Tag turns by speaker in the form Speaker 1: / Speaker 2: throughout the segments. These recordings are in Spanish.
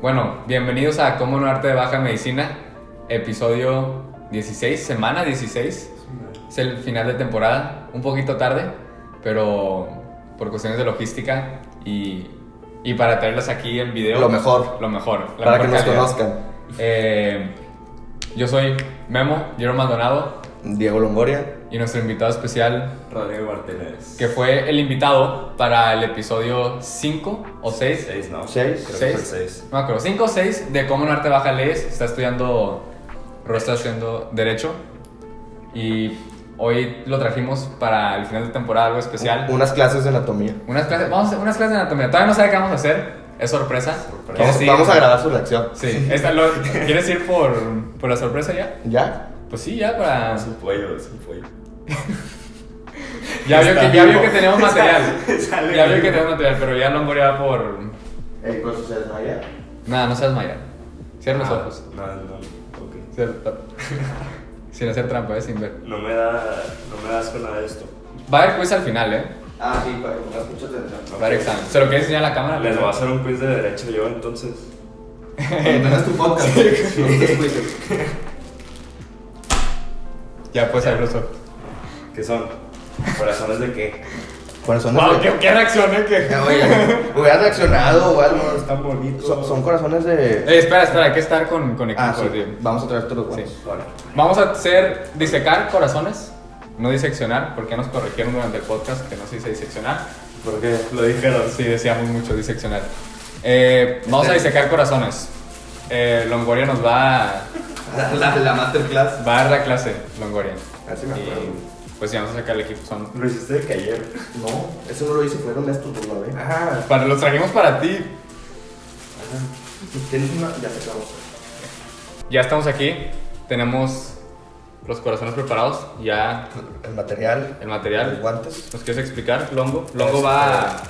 Speaker 1: Bueno, bienvenidos a Cómo no arte de baja medicina, episodio 16, semana 16. Es el final de temporada, un poquito tarde, pero por cuestiones de logística y, y para traerlos aquí en video.
Speaker 2: Lo mejor.
Speaker 1: Lo mejor. la
Speaker 2: Para que
Speaker 1: mejor
Speaker 2: nos
Speaker 1: calidad.
Speaker 2: conozcan.
Speaker 1: Eh, yo soy Memo, Jerome Maldonado,
Speaker 2: Diego Longoria.
Speaker 1: y nuestro invitado especial
Speaker 3: Rodrigo Martínez.
Speaker 1: que fue el invitado para el episodio 5 o 6.
Speaker 3: Seis, ¿no?
Speaker 2: Seis.
Speaker 3: Creo que
Speaker 1: Seis.
Speaker 3: fue seis.
Speaker 1: No me acuerdo, 5 o 6 de cómo en arte baja leyes. Está estudiando, Ro está estudiando Derecho. Y hoy lo trajimos para el final de temporada, algo especial.
Speaker 2: Unas clases de anatomía.
Speaker 1: Unas clases, vamos a hacer unas clases de anatomía. Todavía no sabe qué vamos a hacer, es sorpresa.
Speaker 3: Sorpresa.
Speaker 1: ¿Quieres
Speaker 2: Vamos,
Speaker 1: ir?
Speaker 2: vamos a grabar su reacción.
Speaker 1: Sí, esta lo- ¿quieres ir por, por la sorpresa ya?
Speaker 2: ¿Ya?
Speaker 1: Pues sí, ya para.
Speaker 3: Ah, Es un pollo, es un pollo.
Speaker 1: Ya vio
Speaker 3: Está
Speaker 1: que, ya vio
Speaker 3: vivo.
Speaker 1: que teníamos material.
Speaker 3: Sale
Speaker 1: ya vio que
Speaker 3: vivo.
Speaker 1: teníamos material, pero ya Longoria va por.
Speaker 2: El curso se desmaya.
Speaker 1: Nada, no seas maya. Cierra los
Speaker 3: Ah,
Speaker 1: ojos.
Speaker 3: No, no, ok.
Speaker 1: Cierra- Sin hacer trampa, eh, sin ver.
Speaker 3: No me da, no me da asco nada de esto.
Speaker 1: Va a haber quiz al final, eh.
Speaker 2: Ah, sí, para que pongas mucha atención.
Speaker 1: Va a haber examen. ¿Se lo quieres enseñar a la cámara?
Speaker 3: Ah, Les voy a hacer un quiz de derecho yo entonces.
Speaker 2: Tengas tu podcast.
Speaker 1: Ya
Speaker 2: pues,
Speaker 1: puedes abrir los ojos.
Speaker 3: ¿Qué son? ¿Corazones de qué?
Speaker 2: Corazones.
Speaker 1: Wow,
Speaker 2: de-
Speaker 1: qué, qué reacción, eh. que-
Speaker 2: Ya, oye, Hubiera reaccionado o algo.
Speaker 3: Están bonitos.
Speaker 2: Son, son corazones de.
Speaker 1: Eh, espera, espera, hay que estar con, con equipo.
Speaker 2: Ah, sí.
Speaker 1: tío.
Speaker 2: Vamos a traer todos los buenos.
Speaker 1: Sí.
Speaker 3: Bueno,
Speaker 1: Vamos a hacer disecar corazones, no diseccionar, porque nos corrigieron durante el podcast que no se dice diseccionar.
Speaker 3: porque lo dijeron.
Speaker 1: Sí, decíamos mucho diseccionar. Eh, vamos a disecar corazones. Eh, Longoria nos va a,
Speaker 2: La, la masterclass.
Speaker 1: va a dar la clase, Longoria.
Speaker 2: Así me acuerdo.
Speaker 1: Y pues sí, vamos a sacar el equipo. Son,
Speaker 3: Lo hiciste de que ayer.
Speaker 2: No, eso no lo hice, fueron estos por la vez.
Speaker 3: Ah,
Speaker 1: para, los trajimos para ti.
Speaker 2: Tienes una. Ya sacamos.
Speaker 1: Ya estamos aquí, tenemos los corazones preparados, ya
Speaker 2: El material.
Speaker 1: el
Speaker 2: Los
Speaker 1: material.
Speaker 2: guantes.
Speaker 1: ¿Nos quieres explicar, Longo? Longo va a-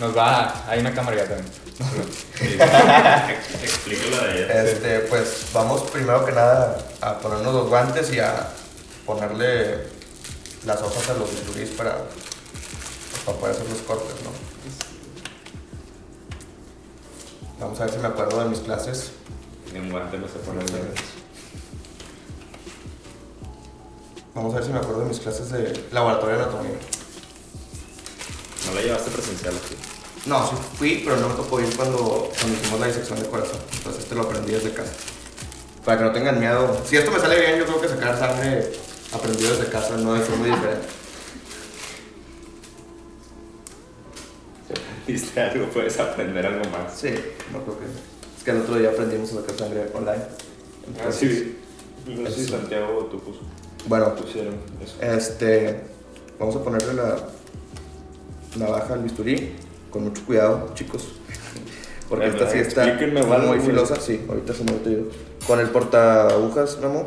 Speaker 1: Nos va a... Hay una cámara ya también.
Speaker 3: sí. Ex- Explíquelo de ayer.
Speaker 2: Este, pues vamos primero que nada a ponernos los guantes y a ponerle las hojas a los bisturíes para, pues, para poder hacer los cortes, ¿no? Vamos a ver si me acuerdo de mis clases.
Speaker 3: Ni un guante no se pone de
Speaker 2: Vamos a ver si me acuerdo de mis clases de laboratorio de anatomía.
Speaker 3: No la llevaste presencial aquí.
Speaker 2: No, sí fui, pero no me tocó ir cuando, cuando hicimos la disección del corazón. Entonces te lo aprendí desde casa. Para que no tengan miedo. Si esto me sale bien, yo creo que sacar sangre aprendido desde casa no es muy diferente.
Speaker 3: Viste algo, puedes aprender algo más.
Speaker 2: Sí, no creo que. Es que el otro día aprendimos a sacar sangre online.
Speaker 3: Ah, sí. No sé si
Speaker 2: Eso.
Speaker 3: Santiago tú puso,
Speaker 1: Ah,
Speaker 2: Bueno,
Speaker 3: pusieron eso.
Speaker 2: este. Vamos a ponerle la navaja al bisturí. Con mucho cuidado, chicos. Porque
Speaker 3: Bueno,
Speaker 2: esta sí está
Speaker 3: explíquenme algo,
Speaker 2: muy
Speaker 3: güey.
Speaker 2: filosa. Sí, ahorita se me te digo. Con el porta agujas, Memo,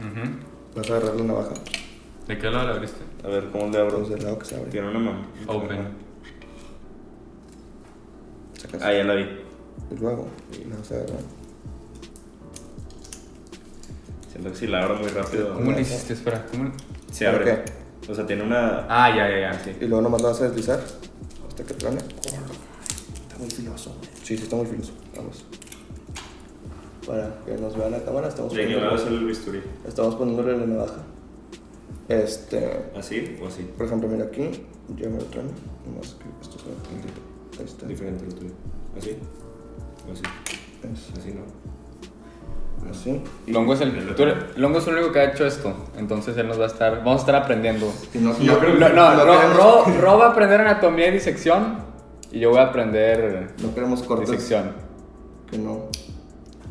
Speaker 1: Ujú.
Speaker 2: vas a agarrar la navaja.
Speaker 1: ¿De qué lado la abriste?
Speaker 3: A ver, ¿cómo le abro?
Speaker 2: Entonces, el lado que se abre.
Speaker 3: Tiene una mano.
Speaker 1: Open.
Speaker 2: Sacas.
Speaker 3: Ah, ya la vi.
Speaker 2: Y luego, la vas a agarrar.
Speaker 3: Siento que si la abro muy rápido.
Speaker 1: ¿Cómo lo hiciste? Espera. ¿cómo lo-
Speaker 3: Se abre. O sea, tiene una.
Speaker 1: Ah, ya, ya, ya. Sí.
Speaker 2: Y luego nomás la vas a deslizar hasta que plane. Está muy filoso. Sí, sí, está muy filoso. Vamos. Para que nos vea la cámara, estamos
Speaker 3: ¿De qué
Speaker 2: poniendo-
Speaker 3: lado es el bisturí?
Speaker 2: estamos poniéndole la navaja. Este,
Speaker 3: ¿Así o así?
Speaker 2: por ejemplo, mira aquí, yo me lo traigo. Nomás que esto sea Ahí está.
Speaker 3: Diferente al tuyo. ¿Así? ¿O así?
Speaker 2: Es
Speaker 3: Así no.
Speaker 2: así.
Speaker 1: Longo es el. tú eres- Longo es el único que ha hecho esto. Entonces él nos va a estar. Vamos a estar aprendiendo.
Speaker 2: no,
Speaker 1: No, no, Ro, Ro- Ro va a aprender anatomía y disección. Y yo voy a aprender
Speaker 2: no queremos cortes
Speaker 1: disección.
Speaker 2: que no.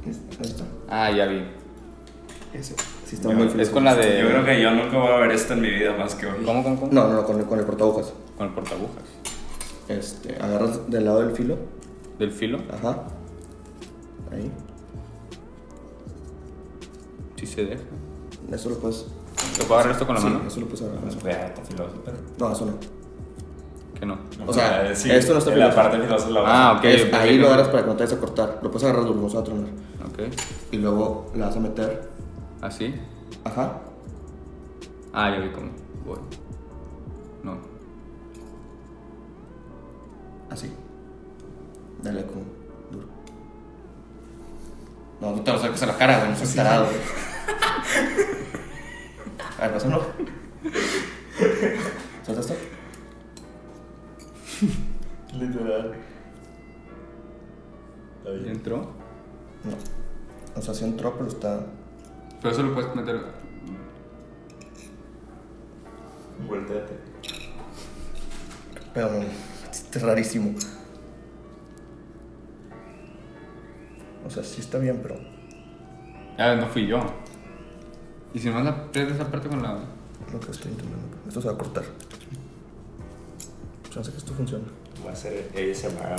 Speaker 2: Ahí está.
Speaker 1: Ah, ya vi.
Speaker 2: Ese. Sí, está
Speaker 3: Yo-
Speaker 2: muy
Speaker 3: es
Speaker 2: filoso.
Speaker 1: Es con la de.
Speaker 3: Yo creo que yo nunca voy a ver esto en mi vida más que hoy.
Speaker 1: ¿Cómo, cómo, cómo?
Speaker 2: No, no, no, con el, con el portahojas.
Speaker 1: Con el portabujas.
Speaker 2: Este, agarras del lado del filo
Speaker 1: Del filo.
Speaker 2: Ajá. Ahí.
Speaker 1: Sí se deja.
Speaker 2: Eso lo puedes.
Speaker 1: ¿Te puedo agarrar esto con la
Speaker 2: sí,
Speaker 1: mano?
Speaker 2: Eso lo puedes agarrar.
Speaker 3: No se puede dejar tan filoso, pero.
Speaker 2: No, eso no.
Speaker 1: Que no.
Speaker 2: O sea,
Speaker 3: sí,
Speaker 2: esto no está
Speaker 3: en La
Speaker 2: filoso.
Speaker 3: parte filosa es la
Speaker 1: Ah, ok.
Speaker 2: Es-
Speaker 1: ok,
Speaker 2: ahí
Speaker 1: ok.
Speaker 2: lo agarras para que no te vayas a cortar. Lo puedes agarrar duro, no se va a tronar.
Speaker 1: Ok.
Speaker 2: Y luego la vas a meter.
Speaker 1: Así.
Speaker 2: Ajá.
Speaker 1: Ah, ya vi cómo. Voy. No.
Speaker 2: Así. Dale con duro. No, no te lo saques a la cara, güey, no seas tarado. güey. A ver, pásalo. ¿Suelta esto?
Speaker 3: Literal. Está bien.
Speaker 1: ¿Entró?
Speaker 2: No. O sea, sí entró, pero está.
Speaker 1: Pero eso lo puedes meter.
Speaker 3: Volteate.
Speaker 2: Pero no, es rarísimo. O sea, sí está bien, pero.
Speaker 1: Ya ves, no fui yo. Y si no la aprietas esa parte con la.
Speaker 2: es Lo que estoy intentando. Esto se va a cortar. Chance que esto funcione.
Speaker 3: Voy a hacer ASMR ahora.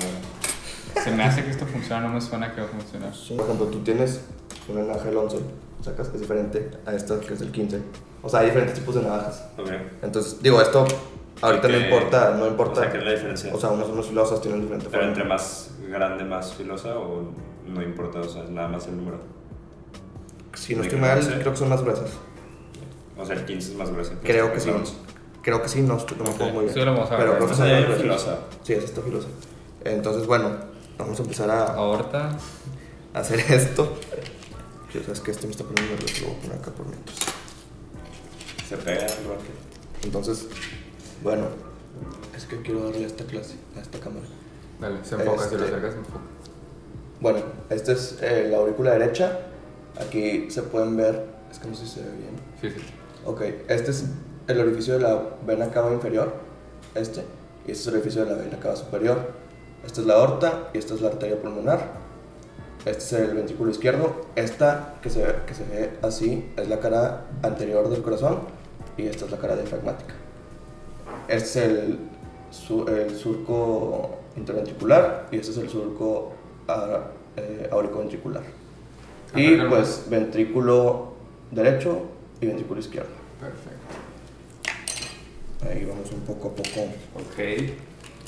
Speaker 1: Se me hace que esto funciona, no me suena que va a funcionar.
Speaker 2: Por ejemplo, tú tienes una navaja del 11, sacas que es diferente a esta que es del 15. O sea, hay diferentes tipos de navajas.
Speaker 3: Ok.
Speaker 2: Entonces, digo, esto ahorita no
Speaker 3: Ok.
Speaker 2: importa, no importa.
Speaker 3: O sea, ¿qué es la diferencia?
Speaker 2: O sea, unos, unos filosas tienen diferente
Speaker 3: Pero
Speaker 2: forma.
Speaker 3: entre más grande, más filosa o no importa, o sea, es nada más el número.
Speaker 2: Si no
Speaker 3: de
Speaker 2: estoy mal,
Speaker 3: 14.
Speaker 2: creo que son más gruesas.
Speaker 3: O sea, el 15 es más grueso. Pues, el 15
Speaker 2: Creo que
Speaker 3: Este es
Speaker 2: sí.
Speaker 3: más grueso.
Speaker 2: Creo que sí, no, estoy- no me acuerdo
Speaker 1: Ok,
Speaker 2: muy bien.
Speaker 1: sí lo vamos a
Speaker 2: Pero
Speaker 1: ver.
Speaker 2: creo que
Speaker 3: Entonces,
Speaker 2: son
Speaker 3: ahí
Speaker 2: más
Speaker 3: hay
Speaker 2: gruesas.
Speaker 3: filosa.
Speaker 2: Sí, es esta filosa. Entonces, bueno, vamos a empezar a
Speaker 1: Aorta.
Speaker 2: a hacer esto. Yo sabes que este me está poniendo nervioso, lo voy a poner acá por mientras.
Speaker 3: Se pega el bloque.
Speaker 2: Entonces, bueno, es que quiero darle a esta clase, a esta cámara.
Speaker 1: Dale, se enfoca, si lo
Speaker 2: Este.
Speaker 1: acercas, se enfoca.
Speaker 2: Bueno, esta es eh, la aurícula derecha. Aquí se pueden ver, es que no sé si se ve bien.
Speaker 1: Sí, sí.
Speaker 2: Ok, este es el orificio de la vena cava inferior, este, y este es el orificio de la vena cava superior. Esta es la aorta y esta es la arteria pulmonar. Este es el ventrículo izquierdo. Esta que se, ve, que se ve así es la cara anterior del corazón y esta es la cara diafragmática. Este es el, su- el surco interventricular y este es el surco ah, eh, auricoventricular. Y
Speaker 1: Arráncalo.
Speaker 2: pues ventrículo derecho y ventrículo izquierdo.
Speaker 1: Perfecto.
Speaker 2: Ahí vamos un poco a poco.
Speaker 1: Ok.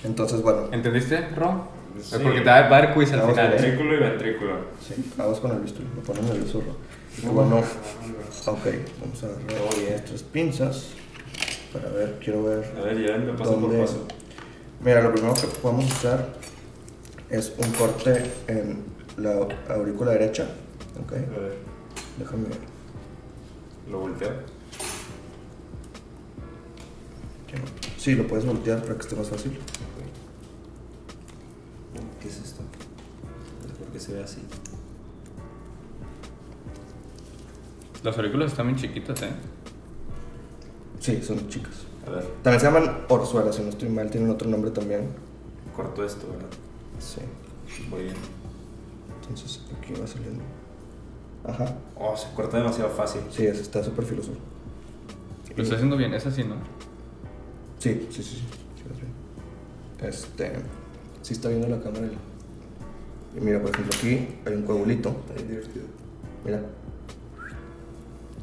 Speaker 2: Entonces, bueno,
Speaker 1: ¿Entendiste, Ro?
Speaker 3: Sí.
Speaker 1: Es porque te va a dar quiz al
Speaker 2: Vamos a
Speaker 1: final.
Speaker 2: ver.
Speaker 1: ¿eh?
Speaker 3: Ventrículo y ventrículo.
Speaker 2: sí, vamos con el bisturí. Lo ponemos en el zorro. Bueno, ok, vamos a agarrar
Speaker 3: Todo bien.
Speaker 2: nuestras pinzas para ver, quiero ver
Speaker 3: A ver, ya me paso por
Speaker 2: dónde.
Speaker 3: paso.
Speaker 2: Mira, lo primero que podemos usar es un corte en la aurícula derecha. Ok,
Speaker 3: A ver,
Speaker 2: déjame.
Speaker 3: lo volteo.
Speaker 2: que no- Sí, lo puedes voltear para que esté más fácil.
Speaker 3: ¿Qué es esto? ¿Por qué se ve así?
Speaker 1: Los aurículos están bien chiquitos, ¿eh?
Speaker 2: Sí, son chicas.
Speaker 3: A ver,
Speaker 2: También se llaman orzuelas, si no estoy mal, tienen otro nombre también.
Speaker 3: corto esto, ¿verdad?
Speaker 2: Sí,
Speaker 3: Muy bien.
Speaker 2: entonces aquí va saliendo. Ajá,
Speaker 3: Oh, se corta demasiado fácil.
Speaker 2: sí, eso está súper filoso.
Speaker 1: Lo
Speaker 2: Y-
Speaker 1: está haciendo bien, es así, ¿no?
Speaker 2: Sí, sí, sí, sí. sí, vas bien. Este. Sí está viendo la cámara. el- Y mira, por ejemplo, aquí hay un coagulito.
Speaker 3: Está bien divertido.
Speaker 2: Mira.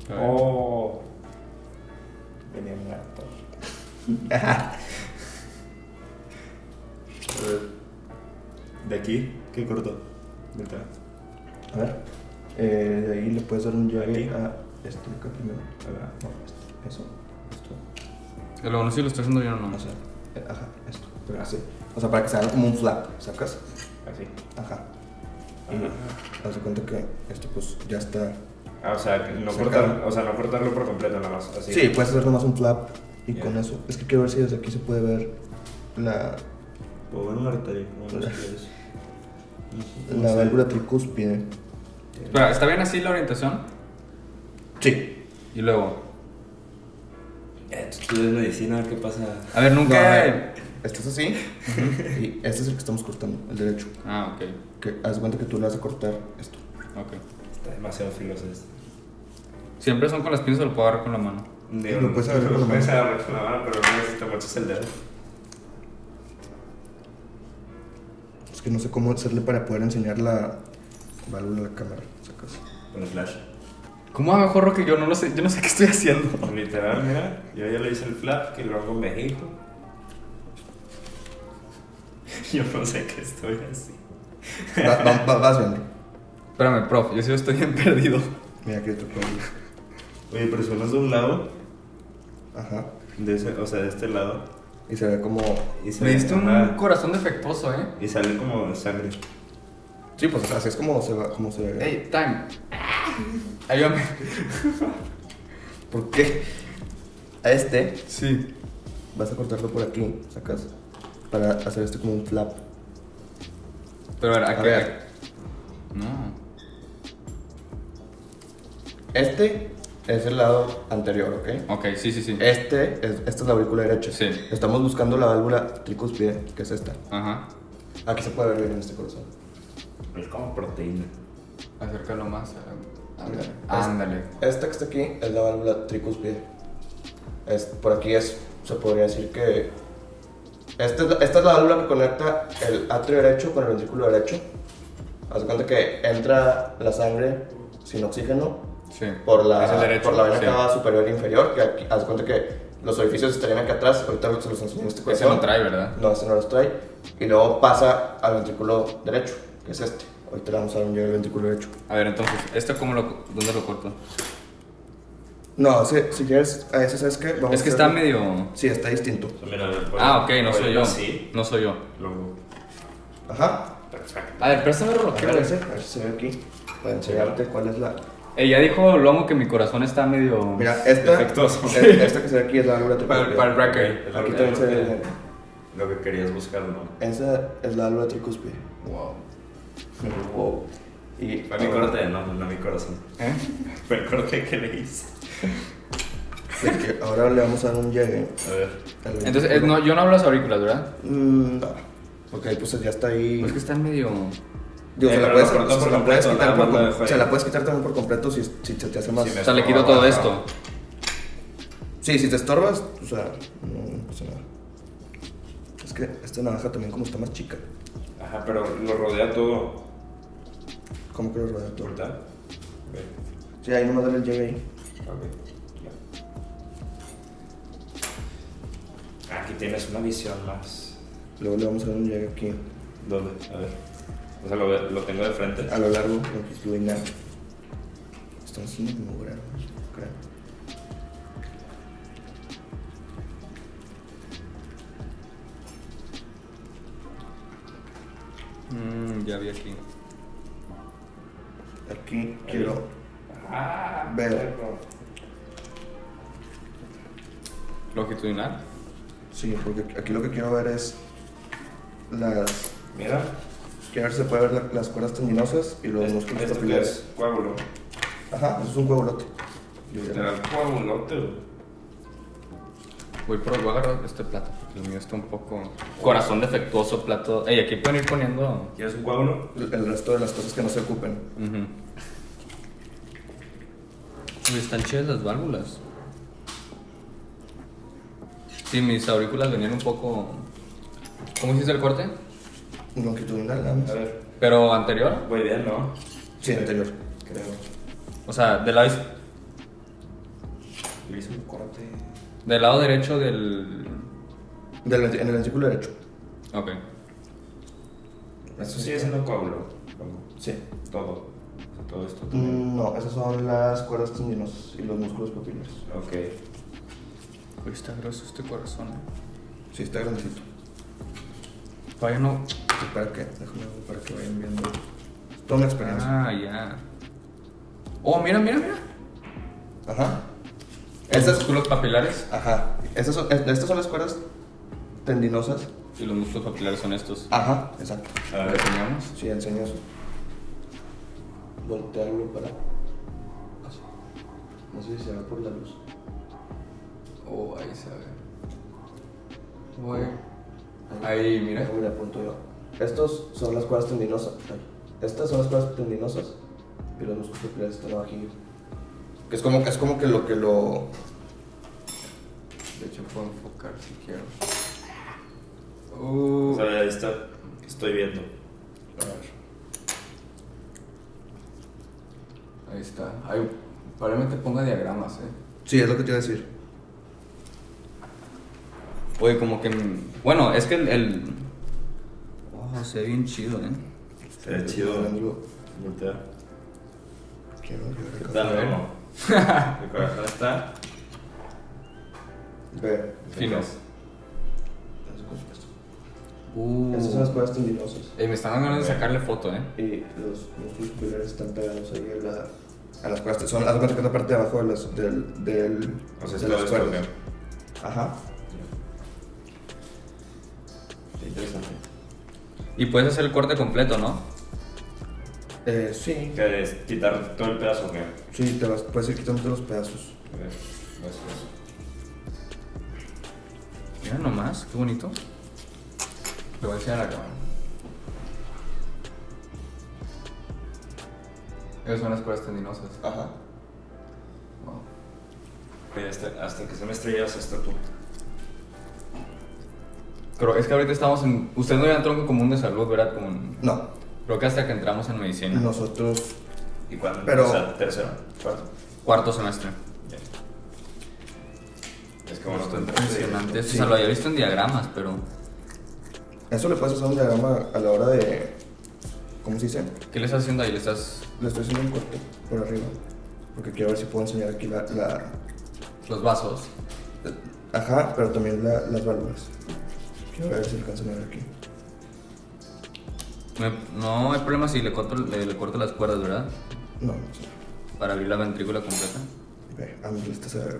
Speaker 1: A ver.
Speaker 3: Oh. Venía un gato. A ver. De aquí, ¿qué corto? De acá.
Speaker 2: A ver. eh, de ahí le puedes dar un
Speaker 3: Aquí.
Speaker 2: llave a este acá primero.
Speaker 3: Acá.
Speaker 2: No, este, eso. Esto.
Speaker 1: Lo bueno si lo está haciendo bien o no.
Speaker 2: O sea, eh, ajá, esto. Pero así. O sea, para que se haga como un flap, sacas.
Speaker 3: Así.
Speaker 2: Ajá.
Speaker 3: Ajá.
Speaker 2: Haz de cuenta que esto pues ya está.
Speaker 3: Ah, o sea, que no
Speaker 2: Se
Speaker 3: cortar,
Speaker 2: acaba.
Speaker 3: o sea, no cortarlo por completo nada más. Así.
Speaker 2: Sí, puedes hacer nomás un flap y
Speaker 3: Ya.
Speaker 2: con eso. Es que quiero ver si desde aquí se puede ver la,
Speaker 3: Puedo ver un arterio, como
Speaker 2: los
Speaker 3: quieres.
Speaker 2: la válvula tricúspide.
Speaker 1: Espera, ¿está bien así la orientación?
Speaker 2: Sí,
Speaker 1: Y luego.
Speaker 3: Eh, tú estudias medicina, ¿qué pasa?
Speaker 1: A ver, nunca.
Speaker 2: No, a ver, este es así. Y este es el que estamos cortando, el derecho.
Speaker 1: Ah, ok.
Speaker 2: Que haz de cuenta que tú le vas a cortar esto.
Speaker 1: Ok.
Speaker 3: Está demasiado filoso este.
Speaker 1: Siempre son con las pinzas o lo puedo agarrar con la mano.
Speaker 3: Digo,
Speaker 2: Lo puedes agarrar con la
Speaker 3: lo puedes
Speaker 2: mano.
Speaker 3: agarrar con la mano, pero no necesito mucho el dedo.
Speaker 2: Es que no sé cómo hacerle para poder enseñar la válvula a la cámara. sacas.
Speaker 3: Con el flash.
Speaker 1: ¿Cómo hago mejor que yo? No lo sé, yo no sé qué estoy haciendo.
Speaker 3: Literal, mira, yo ya le hice el flap que lo hago en México. Yo no sé que estoy así.
Speaker 2: Va- va- va- vas viendo.
Speaker 1: Espérame, prof, yo sí estoy bien perdido.
Speaker 2: Mira aquí otro problema.
Speaker 3: Oye, pero suenas de un lado,
Speaker 2: Ajá.
Speaker 3: de ese- o sea, de este lado,
Speaker 2: Y se ve como.
Speaker 3: y se
Speaker 1: Me diste un
Speaker 3: ajá,
Speaker 1: corazón defectuoso, ¿eh?
Speaker 3: y sale como sangre.
Speaker 2: Sí, pues o sea, así es como se va, como se ve.
Speaker 1: Hey, time. Ayúdame.
Speaker 2: ¿Por qué? A este
Speaker 1: Sí.
Speaker 2: vas a cortarlo por aquí, sacas. Para hacer esto como un flap.
Speaker 1: Pero a ver, aquí.
Speaker 2: A ver.
Speaker 1: No.
Speaker 2: Este es el lado anterior, ¿ok?
Speaker 1: Ok, sí, sí, sí.
Speaker 2: Este, es, esta es la aurícula derecha.
Speaker 1: Sí.
Speaker 2: Estamos buscando la válvula tricúspide, que es esta.
Speaker 1: Ajá.
Speaker 2: Aquí se puede ver bien en este corazón.
Speaker 3: Es como proteína.
Speaker 1: Acércalo más. a- a ver.
Speaker 2: Mira,
Speaker 1: Ándale.
Speaker 2: Esta que está aquí es la válvula tricúspide. Es, por aquí es, se podría decir que... Esta es, la- esta es la válvula que conecta el atrio derecho con el ventrículo derecho. Haz de cuenta que entra la sangre sin oxígeno
Speaker 1: Sí.
Speaker 2: por la,
Speaker 1: ¿Es el derecho?
Speaker 2: por la vena
Speaker 1: Sí.
Speaker 2: cava superior e inferior. Que aquí, haz de cuenta que los orificios estarían aquí atrás. Ahorita se los enseño en este
Speaker 1: Ese
Speaker 2: corazón.
Speaker 1: no Pues trae, ¿verdad?
Speaker 2: No, este no los trae. Y luego pasa al ventrículo derecho, que es este. Ahorita le vamos a dar un llegue al ventrículo derecho.
Speaker 1: A ver, entonces, ¿esto cómo lo, dónde lo corto?
Speaker 2: No, si, si quieres, a eso sabes que vamos
Speaker 1: Es que
Speaker 2: a
Speaker 1: está
Speaker 2: hacerlo.
Speaker 1: medio.
Speaker 2: Sí, está distinto.
Speaker 3: O sea, Pues mira, le pones-
Speaker 1: Ah, ok, no soy yo.
Speaker 3: Sí,
Speaker 1: No soy yo.
Speaker 3: luego.
Speaker 2: Ajá.
Speaker 3: Perfecto.
Speaker 1: A ver, préstame el
Speaker 2: A
Speaker 1: reloj.
Speaker 2: ver, ese, a ver si se ve aquí. Para enseñarte cuál es la.
Speaker 1: Ella dijo Lomo que mi corazón está medio.
Speaker 2: Mira, esta.
Speaker 3: Defectuoso.
Speaker 2: es- Esta que se ve aquí es la válvula
Speaker 1: Para el, para el
Speaker 2: tricúspide.
Speaker 1: record.
Speaker 3: el-
Speaker 2: Aquí también se ve.
Speaker 3: Lo que querías buscar, ¿no?
Speaker 2: Esa es la válvula tricúspide.
Speaker 1: Wow.
Speaker 2: Wow. Y.
Speaker 3: Fue mi corte de nombre, no mi corazón.
Speaker 1: ¿Eh?
Speaker 3: Fue el corte que le hice.
Speaker 2: de que ahora le vamos a dar un llegue.
Speaker 3: A ver.
Speaker 2: al
Speaker 1: Entonces, eh,
Speaker 2: ventrículo.
Speaker 1: no, yo no hablo las aurículas, ¿verdad?
Speaker 2: Mm, no. Porque pues ya está ahí.
Speaker 1: Es que están medio.
Speaker 2: Digo,
Speaker 3: Eh,
Speaker 2: se la
Speaker 3: pero
Speaker 2: puedes,
Speaker 3: lo cortó
Speaker 2: se
Speaker 3: por
Speaker 2: la puedes
Speaker 3: completo,
Speaker 2: quitar
Speaker 3: nada
Speaker 2: por
Speaker 3: más lo
Speaker 2: com-
Speaker 3: dejó ahí.
Speaker 2: se la puedes quitar también por completo si, si se te hace más.
Speaker 3: Sí,
Speaker 1: O
Speaker 3: me-
Speaker 1: sea, le quito todo esto.
Speaker 2: Sí, si te estorbas, o sea, no, no pasa nada. Es que esta navaja también como está más chica.
Speaker 3: Ajá, pero lo rodea todo.
Speaker 2: ¿Cómo que lo rodea todo?
Speaker 3: ¿Verdad? Ve.
Speaker 2: Sí, ahí nomás dale el llegue ahí.
Speaker 3: Ok. Ya. Aquí tienes una visión más.
Speaker 2: Luego le vamos a dar un llegue aquí.
Speaker 3: ¿Dónde? A ver. O sea, lo, ve- lo tengo de frente.
Speaker 2: A lo largo, longitudinal. Están sin inmugar, creo.
Speaker 1: Mmm, ya vi aquí.
Speaker 2: Aquí quiero.
Speaker 3: Ah,
Speaker 2: Ve.
Speaker 3: perro.
Speaker 1: Longitudinal.
Speaker 2: Sí, porque aquí lo que quiero ver es las.
Speaker 3: Mira.
Speaker 2: Quiero ver si se puede ver la- las cuerdas tendinosas y los
Speaker 3: Este,
Speaker 2: músculos
Speaker 3: este que
Speaker 2: capilares.
Speaker 3: es coágulo.
Speaker 2: Ajá, eso es un coagulote.
Speaker 3: Literal, coagulote. güey.
Speaker 1: Voy por voy a agarrar este plato. porque El mío está un poco. Corazón defectuoso, plato. Ey, aquí pueden ir poniendo.
Speaker 3: ¿Quieres un coágulo?
Speaker 2: El el resto de las cosas que no se ocupen.
Speaker 1: Ujú. Uy, están chidas las válvulas. Sí, mis aurículas venían un poco. ¿Cómo hiciste el corte?
Speaker 2: Longitudinal, nada más.
Speaker 3: A ver.
Speaker 1: Pero anterior.
Speaker 3: Voy bien, ¿no?
Speaker 2: Sí, anterior.
Speaker 3: Creo.
Speaker 1: O sea, del lado, iz-
Speaker 3: Le hice un corte.
Speaker 1: del lado derecho del.
Speaker 2: Del vent- en el ventrículo derecho.
Speaker 1: Ok.
Speaker 3: Eso sigue siendo coágulo. Vamos.
Speaker 2: Sí.
Speaker 3: Todo. O sea, Todo esto también.
Speaker 2: Mm, No, esas son las cuerdas tendinosas y los músculos papilares.
Speaker 3: Ok.
Speaker 1: Uy, está grueso este corazón. eh.
Speaker 2: Sí, está grandecito.
Speaker 1: Todavía no.
Speaker 2: ¿Para qué? Déjame ver para que vayan viendo. Toda una experiencia.
Speaker 1: Ah, ya. Oh, mira, mira, mira.
Speaker 2: Ajá.
Speaker 1: Los
Speaker 2: Estas,
Speaker 1: músculos papilares.
Speaker 2: ajá. Estas son, es- estas son las cuerdas tendinosas.
Speaker 1: Y los músculos papilares son estos.
Speaker 2: Ajá, exacto.
Speaker 3: A
Speaker 1: ¿Lo
Speaker 3: ver.
Speaker 1: enseñamos?
Speaker 2: Sí, enseña eso. Voltearlo para. así. No sé si se ve por la luz.
Speaker 1: Oh, ahí se ve. Voy. Ahí, mira.
Speaker 2: Mira, apunto yo. E Estos son las cuerdas tendinosas. Ay. Estas son las cuerdas tendinosas y los músculos papilares están abajillo. Que es como, es como que lo que lo.
Speaker 1: De hecho, puedo enfocar si quiero.
Speaker 3: O
Speaker 1: Uh,
Speaker 3: sea, ahí está. Estoy viendo.
Speaker 2: A ver.
Speaker 1: ahí está. Ay, probablemente ponga diagramas, eh.
Speaker 2: Sí, es lo que te iba a decir.
Speaker 1: Oye, como que. mm, Bueno, es que el. el- Oh, se ve bien chido, eh.
Speaker 3: Está chido. Voltea.
Speaker 2: Quiero
Speaker 3: ¿Qué
Speaker 2: ver
Speaker 3: tal,
Speaker 1: ver.
Speaker 3: Remo? Mi corazón está.
Speaker 2: Ve.
Speaker 1: Fino.
Speaker 3: Fijas.
Speaker 1: Uh.
Speaker 4: Esas son las cuerdas tendinosas.
Speaker 1: Ey, me están dando ganas de sacarle foto, eh.
Speaker 4: Y los músculos pulgares están pegados ahí a la.
Speaker 2: A las cuerdas, son las cuerdas que es la parte de abajo de las, del, del,
Speaker 3: O sea, es
Speaker 2: de
Speaker 3: todo
Speaker 2: las
Speaker 3: esto,
Speaker 2: cuerdas. Ajá.
Speaker 3: Qué interesante.
Speaker 1: Y puedes hacer el corte completo, ¿no?
Speaker 2: Eh, sí,
Speaker 3: Que es quitar todo el pedazo, ¿qué?
Speaker 2: sí, te vas, puedes ir quitándote los pedazos.
Speaker 1: Mira nomás, qué bonito. Lo voy a enseñar a la cámara. Esas son las cuerdas tendinosas.
Speaker 2: Ajá.
Speaker 1: Wow.
Speaker 3: Oye, hasta, hasta que se me estrellas hasta tú.
Speaker 1: Pero es que ahorita estamos en. Ustedes no llevan tronco común de salud, ¿verdad? Como en-
Speaker 2: No,
Speaker 1: Creo que hasta que entramos en medicina.
Speaker 2: nosotros
Speaker 3: ¿Y cuándo?
Speaker 2: Pero-
Speaker 3: O sea, tercero, cuarto.
Speaker 1: Cuarto semestre.
Speaker 3: Ya. Es que bueno, tú entraste.
Speaker 1: Impresionante.
Speaker 2: Sí.
Speaker 1: O sea, lo había visto en diagramas, pero.
Speaker 2: Eso le puedes usar un diagrama a la hora de. ¿Cómo se dice?
Speaker 1: ¿Qué le estás haciendo ahí? ¿Le estás.
Speaker 2: Le estoy haciendo un corte por arriba. Porque quiero ver si puedo enseñar aquí la. la-
Speaker 1: los vasos?
Speaker 2: ajá, pero también la- las válvulas. Quiero ver si alcanzan a ver aquí.
Speaker 1: Me- no hay problema si le corto, le, le corto las cuerdas, ¿verdad?
Speaker 2: No, no sé.
Speaker 1: Para abrir la ventrícula completa.
Speaker 2: Ve, a mí esta se ve.
Speaker 1: ¿Te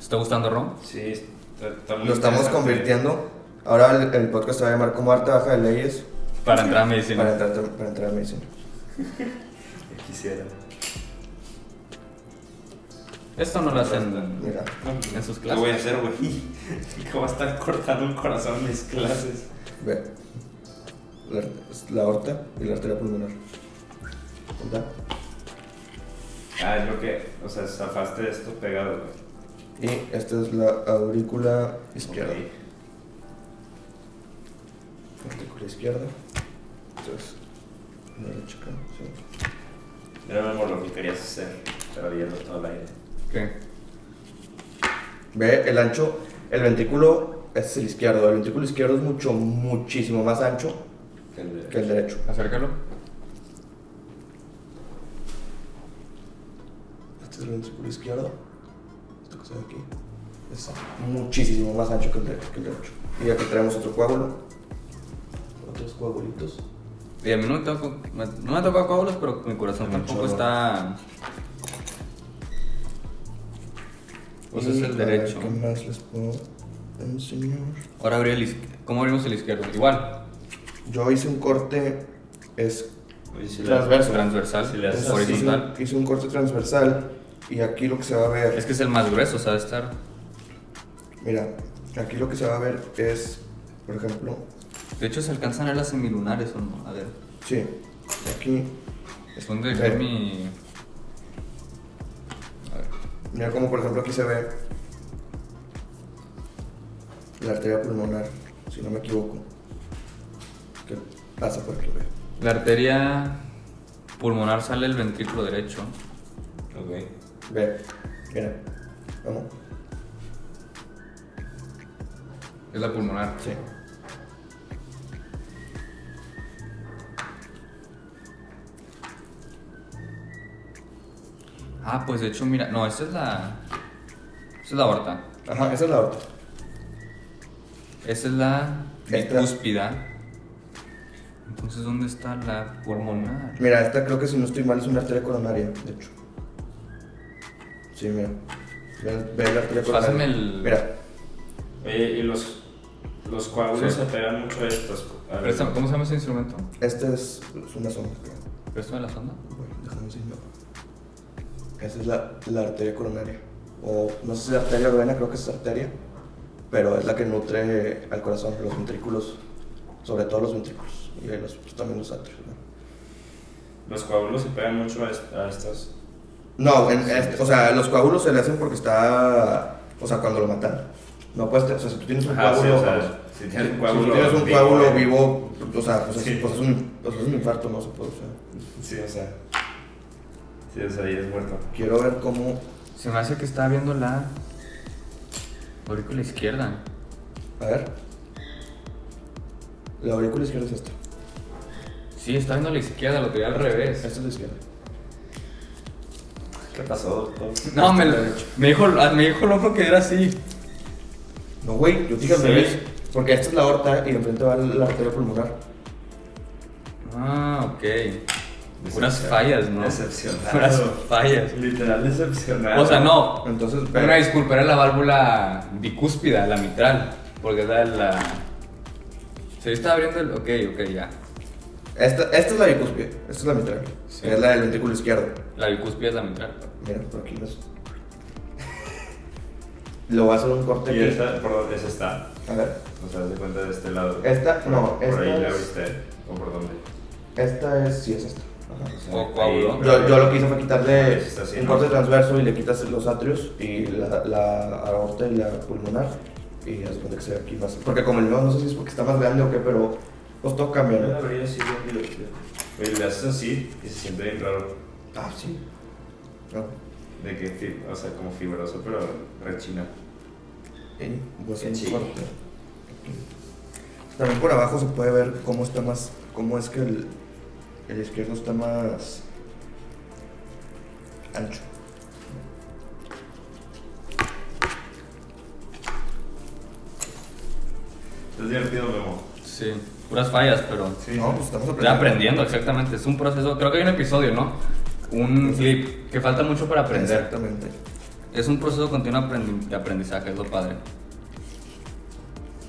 Speaker 1: está gustando, Ron?
Speaker 3: Sí, está, está muy
Speaker 2: Lo estamos
Speaker 3: interesante.
Speaker 2: convirtiendo. Ahora el, el podcast se va a llamar como arte baja de leyes
Speaker 1: Para entrar a
Speaker 2: para,
Speaker 1: medicina.
Speaker 2: entrar, para entrar a medicina.
Speaker 3: Quisiera.
Speaker 1: Esto no lo hacen
Speaker 2: Mira,
Speaker 1: en sus
Speaker 3: ¿Qué voy a
Speaker 1: clases.
Speaker 3: hacer, güey? ¿Cómo va a estar cortando un corazón en mis clases?
Speaker 2: ve. La, la aorta y la arteria pulmonar. ¿Verdad?
Speaker 3: Ah, es lo que. O sea, zafaste esto pegado, güey.
Speaker 2: Y esta es la aurícula izquierda.
Speaker 3: Ok.
Speaker 2: Artículo izquierda. Entonces, derecha acá, sí.
Speaker 3: Era amor lo que querías hacer, pero viendo todo el aire.
Speaker 1: ¿Qué?
Speaker 2: Ve el ancho, el ventrículo, este es el izquierdo. El ventrículo izquierdo es mucho, muchísimo más ancho
Speaker 3: Que el-
Speaker 2: que el derecho.
Speaker 1: Acércalo.
Speaker 2: Este es el ventrículo izquierdo. Esto que se ve aquí es muchísimo más ancho que el, de- que el derecho. Y aquí traemos otro coágulo. Otros coagulitos.
Speaker 1: Y a mí no me, toco, pues. me- no me ha tocado coágulos, pero mi corazón
Speaker 2: Me
Speaker 1: tampoco
Speaker 2: chorro.
Speaker 1: está. Pues es
Speaker 2: Y
Speaker 1: el
Speaker 2: a ver,
Speaker 1: derecho.
Speaker 2: ¿Qué más les puedo enseñar?
Speaker 1: Ahora abrí el izquierdo. ¿Cómo abrimos el izquierdo? Igual.
Speaker 2: Yo hice un corte. Es
Speaker 3: Oye, si le-
Speaker 2: transverso.
Speaker 1: Transversal.
Speaker 3: Si le haces
Speaker 2: Entonces, hice,
Speaker 1: horizontal.
Speaker 2: un, hice un corte transversal y aquí lo que se va a ver,
Speaker 1: Es que es el más grueso, o sea, estar.
Speaker 2: mira, aquí lo que se va a ver es, por ejemplo,
Speaker 1: De hecho, se alcanzan a ver las semilunares o no. A ver.
Speaker 2: sí, aquí,
Speaker 1: Es donde
Speaker 2: Sí.
Speaker 1: dejé mi. A ver.
Speaker 2: mira como por ejemplo aquí se ve la arteria pulmonar, si no me equivoco, que pasa por aquí, ve.
Speaker 1: La arteria pulmonar sale del ventrículo derecho.
Speaker 3: Ok.
Speaker 2: ve, mira, vamos,
Speaker 1: Es la pulmonar.
Speaker 2: sí,
Speaker 1: Ah, pues de hecho, mira. No, esta es la. Esta es la aorta.
Speaker 2: ajá, esa es la otra,
Speaker 1: Esa es la
Speaker 2: Esta.
Speaker 1: bicúspida. Entonces, ¿dónde está la pulmonar?
Speaker 2: mira, esta creo que si no estoy mal es una arteria coronaria, de hecho, sí, mira, ve, ve la arteria coronaria,
Speaker 1: Pásame el-
Speaker 2: mira,
Speaker 3: Oye, y los, los coágulos
Speaker 1: Sí.
Speaker 3: se pegan mucho a estos. A ver,
Speaker 1: Préstame- ¿Cómo se llama ese instrumento?
Speaker 2: esta es, es una zona, creo.
Speaker 1: ¿Préstame la sonda?
Speaker 2: Bueno, déjame enseñar. Esa es la, la arteria coronaria. O no sé si es arteria o vena, creo que es arteria. Pero es la que nutre al corazón, los ventrículos. Sobre todo los ventrículos. Y ahí los, pues, también los atrios.
Speaker 3: Los coágulos se pegan mucho a, est- a estas.
Speaker 2: No, en- en- o sea, los coágulos se le hacen porque está. O sea, cuando lo matan. No puedes. te- O sea, si tú tienes un
Speaker 3: Ajá, sí,
Speaker 2: coágulo.
Speaker 3: o sea, si tienes un coágulo.
Speaker 2: si tú tienes un
Speaker 3: vivo,
Speaker 2: coágulo
Speaker 3: eh,
Speaker 2: vivo, o sea, pues, es-
Speaker 3: Sí.
Speaker 2: pues, es, un, pues, es un infarto, no se puede. O sea,
Speaker 3: Sí, o sea. Sí, o sea, ahí es muerto.
Speaker 2: quiero ver cómo.
Speaker 1: Se me hace que está viendo la. Aurícula izquierda.
Speaker 2: A ver. La aurícula izquierda es esta.
Speaker 1: Sí, está viendo la izquierda, lo tiré al revés.
Speaker 2: Esta es la izquierda.
Speaker 3: ¿Qué pasó, doctor?
Speaker 1: No, ah, me, lo- me dijo, me dijo loco que era así.
Speaker 2: No, güey, yo te dije al
Speaker 1: Sí.
Speaker 2: revés. Porque esta es la aorta y enfrente va la arteria pulmonar.
Speaker 1: Ah, ok. Unas
Speaker 3: Decepcionado.
Speaker 1: fallas, ¿no?
Speaker 3: Decepcionado.
Speaker 1: Unas fallas.
Speaker 3: Literal decepcionado.
Speaker 1: O sea, no.
Speaker 2: Entonces, pero-
Speaker 1: Una disculpa, era la válvula bicúspida, la mitral. Porque era la. Se está abriendo el. Ok, ok, ya.
Speaker 2: Esta, esta es la bicúspide, esta es la mitral.
Speaker 1: Sí.
Speaker 2: Es la del ventrículo izquierdo.
Speaker 1: La bicúspide es la mitral.
Speaker 2: Mira, por aquí los. Lo voy a hacer un corte
Speaker 3: Y
Speaker 2: aquí.
Speaker 3: esta, por dónde es esta.
Speaker 2: A ver,
Speaker 3: O sea, haz de cuenta de este lado.
Speaker 2: Esta, no,
Speaker 3: Por
Speaker 2: esta
Speaker 3: ahí la
Speaker 2: es-
Speaker 3: viste. ¿O por dónde?
Speaker 2: esta es. Sí, es esta. Ajá.
Speaker 1: O coágulo.
Speaker 2: Yo, yo lo que hice fue
Speaker 3: Ah,
Speaker 2: quitarle
Speaker 3: eso está así,
Speaker 2: un
Speaker 3: ¿no?
Speaker 2: corte transverso y le quitas los atrios y la, la aorta y la pulmonar. Y haz de cuenta que se ve aquí más. Porque como el mío, no sé si es porque está más grande o qué, pero pues todo cambia,
Speaker 3: Yo la
Speaker 2: ¿no?
Speaker 3: abrí así bien divertido. Oye, le haces así y se siente bien raro.
Speaker 2: Ah, sí. Ah,
Speaker 3: De que, fi- o sea, como fibroso, pero rechina.
Speaker 2: sí, pues,
Speaker 3: Sí, sí.
Speaker 2: fuerte. También por abajo se puede ver cómo está más. cómo es que el, el izquierdo está más. ancho.
Speaker 3: Es divertido, Memo.
Speaker 1: Sí. Puras fallas, pero.
Speaker 3: Sí.
Speaker 2: No, pues estamos
Speaker 1: Estoy aprendiendo, exactamente. Es un proceso. Creo que hay un episodio, ¿no? Un clip. Que falta mucho para aprender.
Speaker 2: Exactamente.
Speaker 1: Es un proceso continuo aprendi- de aprendizaje, es lo padre.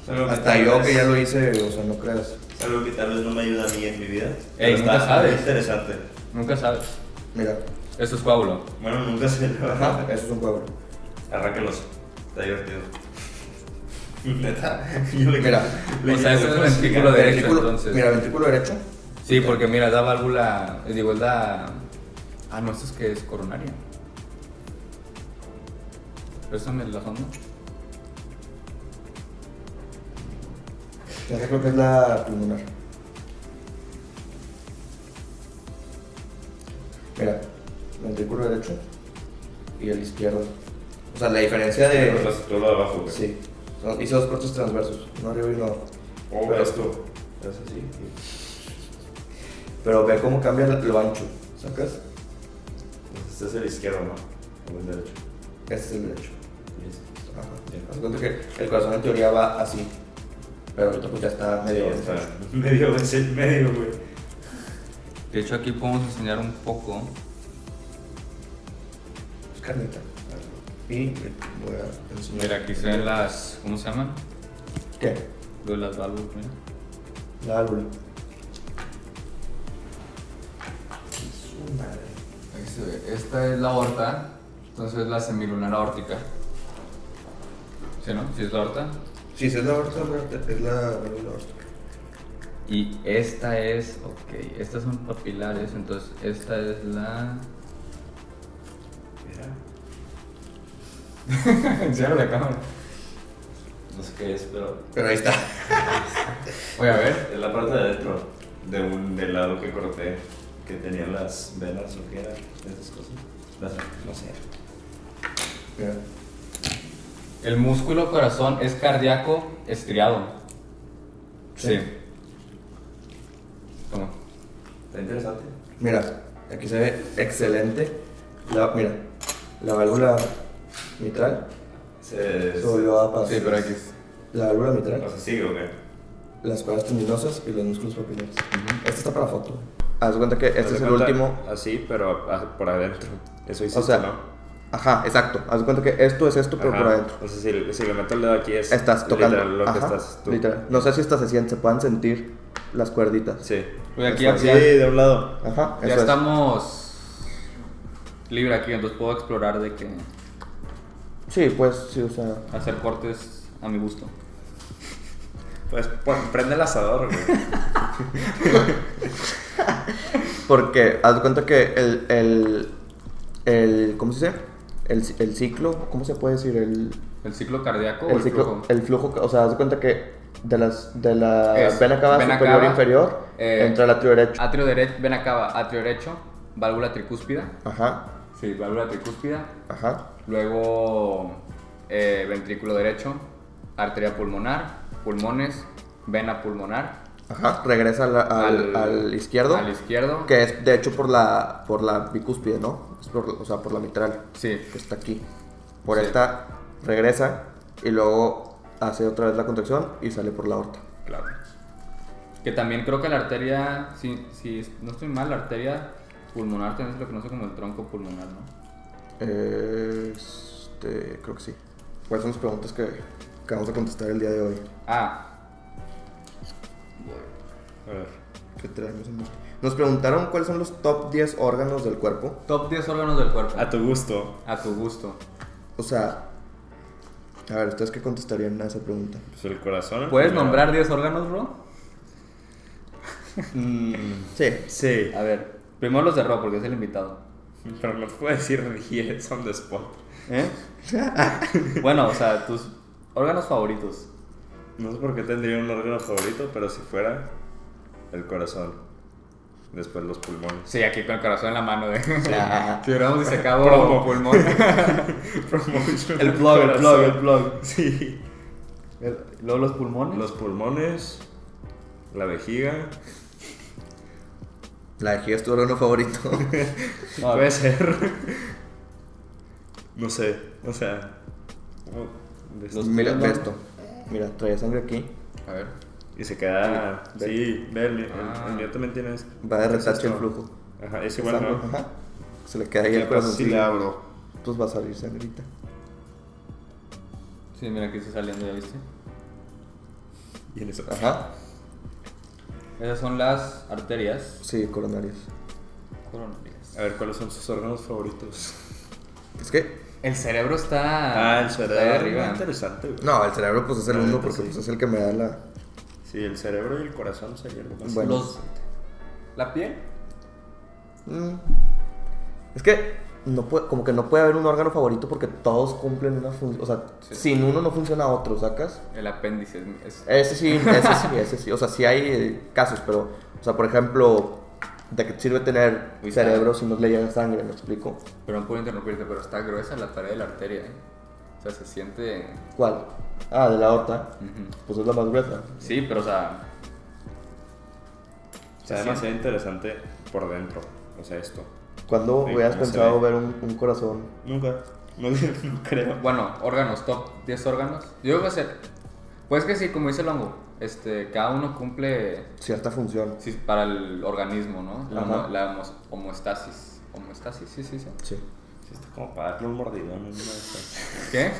Speaker 3: Algo que
Speaker 2: Hasta
Speaker 3: tal
Speaker 2: yo
Speaker 3: vez-
Speaker 2: que ya lo hice, o sea, no creas.
Speaker 3: Algo que tal vez no me ayuda a mí en mi vida.
Speaker 1: Ey,
Speaker 3: pero
Speaker 1: nunca
Speaker 3: está
Speaker 1: sabes.
Speaker 3: muy interesante.
Speaker 1: Nunca sabes.
Speaker 2: Mira,
Speaker 1: Eso es coágulo.
Speaker 3: Bueno, nunca se lo
Speaker 2: Ajá, eso es un pueblo.
Speaker 3: Arránquelos. Está divertido. Neta. Yo le
Speaker 2: Mira,
Speaker 1: o sea, ese es el ventrículo
Speaker 3: de...
Speaker 1: de- derecho,
Speaker 2: Ventrículo-
Speaker 1: entonces.
Speaker 2: Mira, ventrículo derecho.
Speaker 1: Sí, porque mira, da válvula. Digo, es la. Ah, no, esto es que es coronaria. Préstame la sonda.
Speaker 2: Ya sé, creo que es la pulmonar. Mira, ventrículo derecho y el izquierdo. O sea, la diferencia de.
Speaker 3: Todo lo de abajo, güey.
Speaker 2: Sí. Son- Hice dos cortes transversos, uno arriba y uno abajo.
Speaker 3: O
Speaker 2: Pero-
Speaker 3: esto. Es así.
Speaker 2: Pero ve cómo cambia lo ancho. ¿Sacas?
Speaker 3: Este es el izquierdo, ¿no? O el derecho.
Speaker 2: Este es el derecho.
Speaker 3: Sí,
Speaker 2: Ajá. Haz cuenta que el corazón en teoría va así. Pero ahorita pues ya está medio.
Speaker 3: ya está. Medio, es el medio, güey.
Speaker 1: De hecho, aquí podemos enseñar un poco.
Speaker 2: Es carnita. Y voy a enseñar.
Speaker 1: Mira, aquí se ven las. ¿Cómo se llaman?
Speaker 2: ¿Qué?
Speaker 1: Lo de las válvulas, mira.
Speaker 2: La válvula. Su madre.
Speaker 1: Ahí se ve. Esta es la aorta, entonces es la semilunar aórtica. ¿Sí, no? Sí, es la aorta.
Speaker 2: Sí, si es la aorta, aorta, es la válvula aorta.
Speaker 1: Y esta es, ok, estas son papilares, entonces esta es la.
Speaker 3: Mira.
Speaker 1: Enciérralo la cámara. No sé qué es, pero.
Speaker 2: Pero ahí está.
Speaker 1: Voy a ver.
Speaker 3: Es la parte de adentro. De un, del lado que corté. Que tenía las velas o qué era. Esas cosas. Las, no sé.
Speaker 2: Mira.
Speaker 1: El músculo corazón es cardíaco estriado. Sí.
Speaker 2: Sí.
Speaker 1: Toma.
Speaker 3: Está interesante.
Speaker 2: Mira, aquí se ve excelente. La, mira, la válvula mitral.
Speaker 3: Se.
Speaker 2: Solo va a pasar.
Speaker 1: Sí, pero aquí. es-
Speaker 2: La válvula
Speaker 3: se- O
Speaker 2: mitral,
Speaker 3: sea, sigue, güey.
Speaker 2: las cuerdas tendinosas y los músculos papilares.
Speaker 1: Ujú.
Speaker 2: Este está para foto. Haz de cuenta que este
Speaker 3: Haz de
Speaker 2: es el
Speaker 3: cuenta,
Speaker 2: último.
Speaker 3: Así, pero a- por adentro. Eso hiciste,
Speaker 2: O sea,
Speaker 3: ¿no?
Speaker 2: ajá, exacto. Haz de cuenta que esto es esto, pero
Speaker 3: Ajá.
Speaker 2: por adentro.
Speaker 3: O sea, si, si le meto el dedo aquí es.
Speaker 2: Estás tocando.
Speaker 3: Literal, lo que
Speaker 2: Ajá,
Speaker 3: estás tú.
Speaker 2: literal. No sé si estas se sienten, se puedan sentir las cuerditas.
Speaker 3: Sí.
Speaker 1: Voy Pues aquí
Speaker 2: Eso
Speaker 1: a
Speaker 2: es.
Speaker 3: Sí, de un lado.
Speaker 2: Ajá,
Speaker 1: Ya
Speaker 2: eso es.
Speaker 1: estamos libre aquí, entonces puedo explorar de que
Speaker 2: Sí, pues, sí, o sea.
Speaker 1: hacer cortes a mi gusto.
Speaker 3: Pues pon- prende el asador, güey.
Speaker 2: Porque haz de cuenta que el, el, el ¿cómo se dice? El, ci- el ciclo, ¿cómo se puede decir? El,
Speaker 1: ¿El ciclo cardíaco o
Speaker 2: el
Speaker 1: Oh, el
Speaker 2: ciclo,
Speaker 1: flujo?
Speaker 2: el flujo, o sea, haz de cuenta que de las de la
Speaker 1: Es
Speaker 2: vena cava
Speaker 1: vena
Speaker 2: superior
Speaker 1: cava,
Speaker 2: inferior
Speaker 1: eh,
Speaker 2: entra el atrio derecho.
Speaker 1: Atrio derecho, ven acá, atrio derecho, válvula tricúspida.
Speaker 2: Ajá,
Speaker 1: Sí, válvula tricúspida.
Speaker 2: ajá.
Speaker 1: Luego eh, ventrículo derecho, arteria pulmonar, pulmones, vena pulmonar.
Speaker 2: Ajá, regresa al, al- al izquierdo,
Speaker 1: Al izquierdo.
Speaker 2: que es de hecho por la por la bicúspide, ¿no? Es por- o sea, por la mitral,
Speaker 1: Sí.
Speaker 2: que está aquí. Por
Speaker 1: Sí.
Speaker 2: esta regresa y luego hace otra vez la contracción y sale por la aorta.
Speaker 1: Claro. Que también creo que la arteria, si, si es- no estoy mal, la arteria pulmonar también se lo conoce como el tronco pulmonar, ¿no?
Speaker 2: Este, creo que sí. ¿Cuáles son las preguntas que, que vamos a contestar el día de hoy?
Speaker 1: Ah,
Speaker 3: A ver.
Speaker 2: ¿Qué traemos en mente? Nos preguntaron cuáles son los top 10 órganos del cuerpo.
Speaker 1: top 10 órganos del cuerpo.
Speaker 3: A tu gusto.
Speaker 1: A tu gusto.
Speaker 2: O sea, a ver, ¿ustedes qué contestarían a esa pregunta?
Speaker 3: Pues el corazón. el
Speaker 1: ¿Puedes
Speaker 3: primero.
Speaker 1: nombrar 10 órganos, bro?
Speaker 3: Mm,
Speaker 2: Sí.
Speaker 3: sí.
Speaker 1: A ver, primero los de Ro, porque es el invitado.
Speaker 3: Pero no puedo decir 10 on the spot.
Speaker 1: ¿Eh? bueno, o sea, tus órganos favoritos.
Speaker 3: No sé por qué tendría un órgano favorito, pero si fuera el corazón. Después los pulmones.
Speaker 1: Sí, aquí con el corazón en la mano ¿eh? de.
Speaker 2: Ah.
Speaker 1: Si hubiéramos disecado
Speaker 3: Promo.
Speaker 1: pulmón. el
Speaker 3: Promotion del
Speaker 1: plug, el plug,
Speaker 3: corazón.
Speaker 1: el plug.
Speaker 3: Sí.
Speaker 1: El- Luego los pulmones.
Speaker 3: Los pulmones, la vejiga.
Speaker 2: La vejiga es tu órgano favorito.
Speaker 1: Ah.
Speaker 3: Puede ser. No sé, o sea. oh, de esto.
Speaker 2: Mira,
Speaker 1: tuyos,
Speaker 2: ve
Speaker 1: ¿no?
Speaker 2: esto. Mira, traía sangre aquí.
Speaker 1: A ver.
Speaker 3: Y se queda.
Speaker 2: Ve.
Speaker 3: Sí, ve, el, el-
Speaker 1: Ah.
Speaker 3: el mío también tiene esto.
Speaker 2: Va de
Speaker 3: ¿Qué es
Speaker 2: retache el
Speaker 3: esto?
Speaker 2: flujo.
Speaker 3: Ajá, es igual,
Speaker 2: Sangre,
Speaker 3: ¿no?
Speaker 2: ajá. Se le queda ahí el
Speaker 3: Ya, pues,
Speaker 2: corazón.
Speaker 3: si le abro.
Speaker 2: Pues va a salir sangrita.
Speaker 1: Sí, mira que está saliendo, ¿ya viste?
Speaker 3: Y en eso.
Speaker 2: Ajá.
Speaker 1: Esas son las arterias
Speaker 2: Sí, coronarias.
Speaker 1: coronarias.
Speaker 3: A ver, ¿cuáles son sus órganos favoritos? Ah,
Speaker 2: Es que,
Speaker 1: El cerebro está. Está ahí
Speaker 3: Está
Speaker 1: arriba.
Speaker 3: interesante, güey.
Speaker 2: Ah, no, el cerebro pues es el
Speaker 3: La
Speaker 2: uno
Speaker 3: neta,
Speaker 2: porque
Speaker 3: sí.
Speaker 2: pues, es el que me da la...
Speaker 3: Sí, el cerebro y el corazón serían lo más
Speaker 2: Bueno.
Speaker 1: Los- La piel.
Speaker 2: Mm. Es que no puede- como que no puede haber un órgano favorito porque todos cumplen una función. O sea,
Speaker 1: Sí.
Speaker 2: sin uno no funciona otro, ¿sacas?
Speaker 1: El apéndice. es- es-
Speaker 2: Ese sí, ese sí, ese sí. O sea, sí hay eh, casos, pero, o sea, por ejemplo, ¿de qué sirve tener
Speaker 1: Uy,
Speaker 2: cerebro si no le llega sangre? ¿Me explico?
Speaker 1: Perdón por interrumpirte, pero está gruesa la pared de la arteria, ¿eh? O sea, se siente.
Speaker 2: ¿Cuál? Ah, de la aorta.
Speaker 1: Ujú.
Speaker 2: Pues es la más gruesa.
Speaker 1: Sí, pero o sea.
Speaker 3: Está demasiado interesante por dentro. O sea, esto.
Speaker 2: ¿Cuándo
Speaker 3: Sí,
Speaker 2: hubieras
Speaker 3: ¿cómo se
Speaker 2: pensado
Speaker 3: ve?
Speaker 2: ver un, un corazón?
Speaker 3: Nunca. No, no creo.
Speaker 1: Bueno, órganos, top 10 órganos. Yo voy a hacer. Pues que sí, como dice Longo, este, cada uno cumple
Speaker 2: Cierta función.
Speaker 1: sí, para el organismo, ¿no? La,
Speaker 2: Ajá.
Speaker 1: homo- la homos- homoestasis. Homoestasis, sí, sí, sí.
Speaker 2: Sí.
Speaker 3: Sí, está como para darle un mordidón. en una de esas.
Speaker 1: ¿Qué?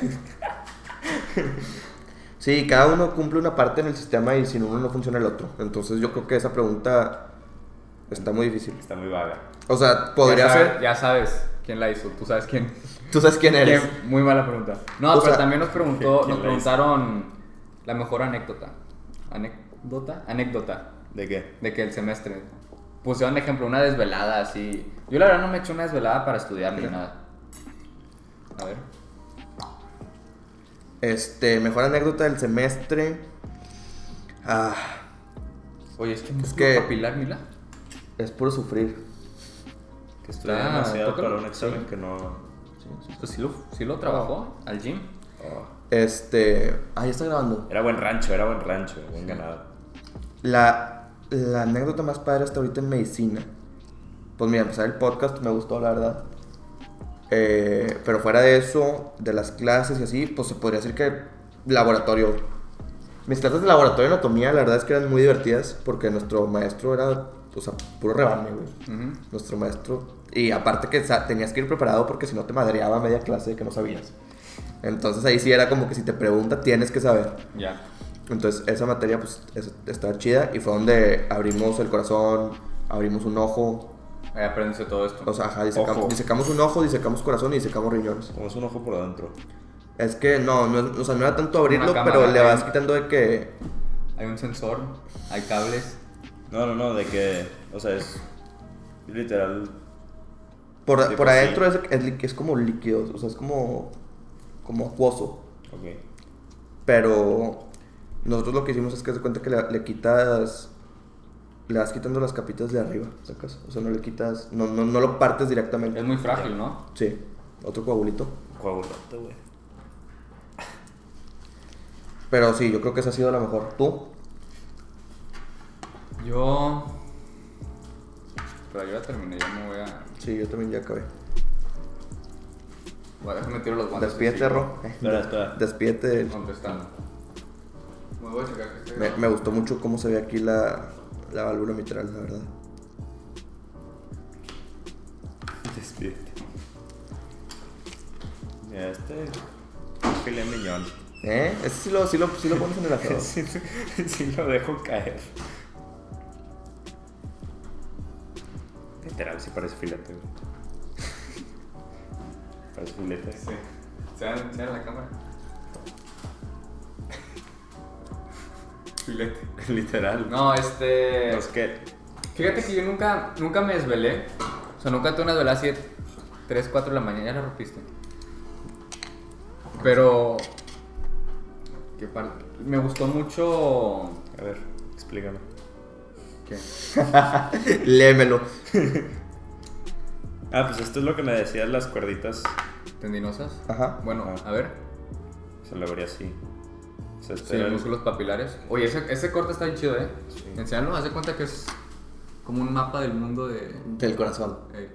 Speaker 2: Sí, cada uno cumple una parte en el sistema y sin uno no funciona el otro. Entonces yo creo que esa pregunta está muy difícil.
Speaker 3: Está muy vaga.
Speaker 2: O sea, podría
Speaker 1: ya sabe-
Speaker 2: ser.
Speaker 1: Ya sabes quién la hizo, tú sabes quién.
Speaker 2: Tú sabes quién eres.
Speaker 1: quién- Muy mala pregunta. No,
Speaker 2: O
Speaker 1: pero
Speaker 2: sea,
Speaker 1: también nos preguntó,
Speaker 3: ¿quién
Speaker 1: nos
Speaker 3: la
Speaker 1: preguntaron la mejor anécdota. ¿Anécdota? Anécdota.
Speaker 3: ¿De qué?
Speaker 1: De que el semestre. Pusieron de ejemplo una desvelada así. Yo la verdad no me he hecho una desvelada para estudiar ni nada. A ver.
Speaker 2: Este, mejor anécdota del semestre. Ah,
Speaker 1: Oye, es que es
Speaker 2: que-
Speaker 1: papilar, Mila.
Speaker 2: es puro sufrir.
Speaker 3: Que estudié
Speaker 1: Ah,
Speaker 3: demasiado
Speaker 1: tócalo.
Speaker 3: para un examen que no.
Speaker 1: Pues sí lo, sí lo trabajó al gym.
Speaker 3: oh.
Speaker 2: Este. Ah, ya está grabando.
Speaker 3: Era buen rancho, era buen rancho, buen ganado.
Speaker 2: La, la anécdota más padre hasta ahorita en medicina. Pues mira, empezar el podcast me gustó, la verdad. Eh, pero fuera de eso, de las clases y así, pues se podría decir que laboratorio. Mis clases de laboratorio de anatomía, la verdad es que eran muy divertidas porque nuestro maestro era, o sea, puro rebane, güey.
Speaker 1: Ujú.
Speaker 2: Nuestro maestro. Y aparte que sa- tenías que ir preparado porque si no te madreaba media clase de que no sabías. Entonces ahí sí era como que si te pregunta tienes que saber.
Speaker 1: Ya.
Speaker 2: Entonces esa materia pues es- estaba chida y fue donde abrimos el corazón, abrimos un ojo,
Speaker 1: Ahí aprendió todo esto.
Speaker 2: o sea, ajá, disecamos,
Speaker 3: Ojo.
Speaker 2: disecamos un ojo, disecamos corazón y disecamos riñones.
Speaker 3: Como es un ojo por dentro.
Speaker 2: Es que no, no es- o sea, no era tanto abrirlo,
Speaker 1: cámara,
Speaker 2: pero le
Speaker 1: ahí.
Speaker 2: vas quitando de que...
Speaker 1: hay un sensor, hay cables.
Speaker 3: No, no, no, de que. O sea, es. Literal.
Speaker 2: Por,
Speaker 3: Sí,
Speaker 2: por
Speaker 3: pues,
Speaker 2: adentro es, es, li- es como líquido, o sea, es como, como acuoso.
Speaker 3: Ok.
Speaker 2: Pero nosotros lo que hicimos es que se cuenta que le, le quitas. Le vas quitando las capitas de arriba, ¿sacas? O sea, no le quitas. No, no, no lo partes directamente.
Speaker 1: Es muy frágil, ¿no?
Speaker 2: Sí, otro coagulito.
Speaker 3: Coagulante, güey.
Speaker 2: Pero sí, yo creo que esa ha sido la mejor. ¿Tú?
Speaker 1: Yo. Pero yo ya terminé, ya me voy a.
Speaker 2: Sí, yo también ya acabé.
Speaker 1: Bueno, déjame tiro los guantes.
Speaker 2: Despídete, Ro. Eh,
Speaker 3: Espera, espera.
Speaker 2: Despídete.
Speaker 1: Contestando.
Speaker 5: Me voy a checar que esté
Speaker 2: Me,
Speaker 5: grabando.
Speaker 2: me gustó mucho cómo se ve aquí la, la válvula mitral, la verdad.
Speaker 3: Despídete. Ya, este. Filé miñón.
Speaker 2: ¿Eh? Ese sí lo, sí lo, sí lo pones en el ajado.
Speaker 3: Sí, sí lo dejo caer. Literal, sí parece filete, güey. Parece filete.
Speaker 1: Sí. Sean, sean la cámara. Filete.
Speaker 3: Literal.
Speaker 1: No, este.
Speaker 3: Es que.
Speaker 1: Fíjate que yo nunca, nunca me desvelé. O sea, nunca tuve una desvelada así de 3, 4 de la mañana. Ya la rompiste. Pero. ¿Qué parte? Me gustó mucho.
Speaker 3: A ver, explícame.
Speaker 1: ¿Qué?
Speaker 2: Léemelo.
Speaker 3: Ah, pues esto es lo que me decías las cuerditas.
Speaker 1: ¿Tendinosas?
Speaker 2: Ajá.
Speaker 1: Bueno,
Speaker 3: Ajá.
Speaker 1: a ver.
Speaker 3: Se lo vería así. O sea, este
Speaker 1: Sí,
Speaker 3: era el-
Speaker 1: músculos papilares. Oye, ese, ese corte está bien chido, ¿eh?
Speaker 3: Sí.
Speaker 1: Enséñalo, haz de cuenta que es como un mapa del mundo de.
Speaker 2: Del corazón.
Speaker 1: eh,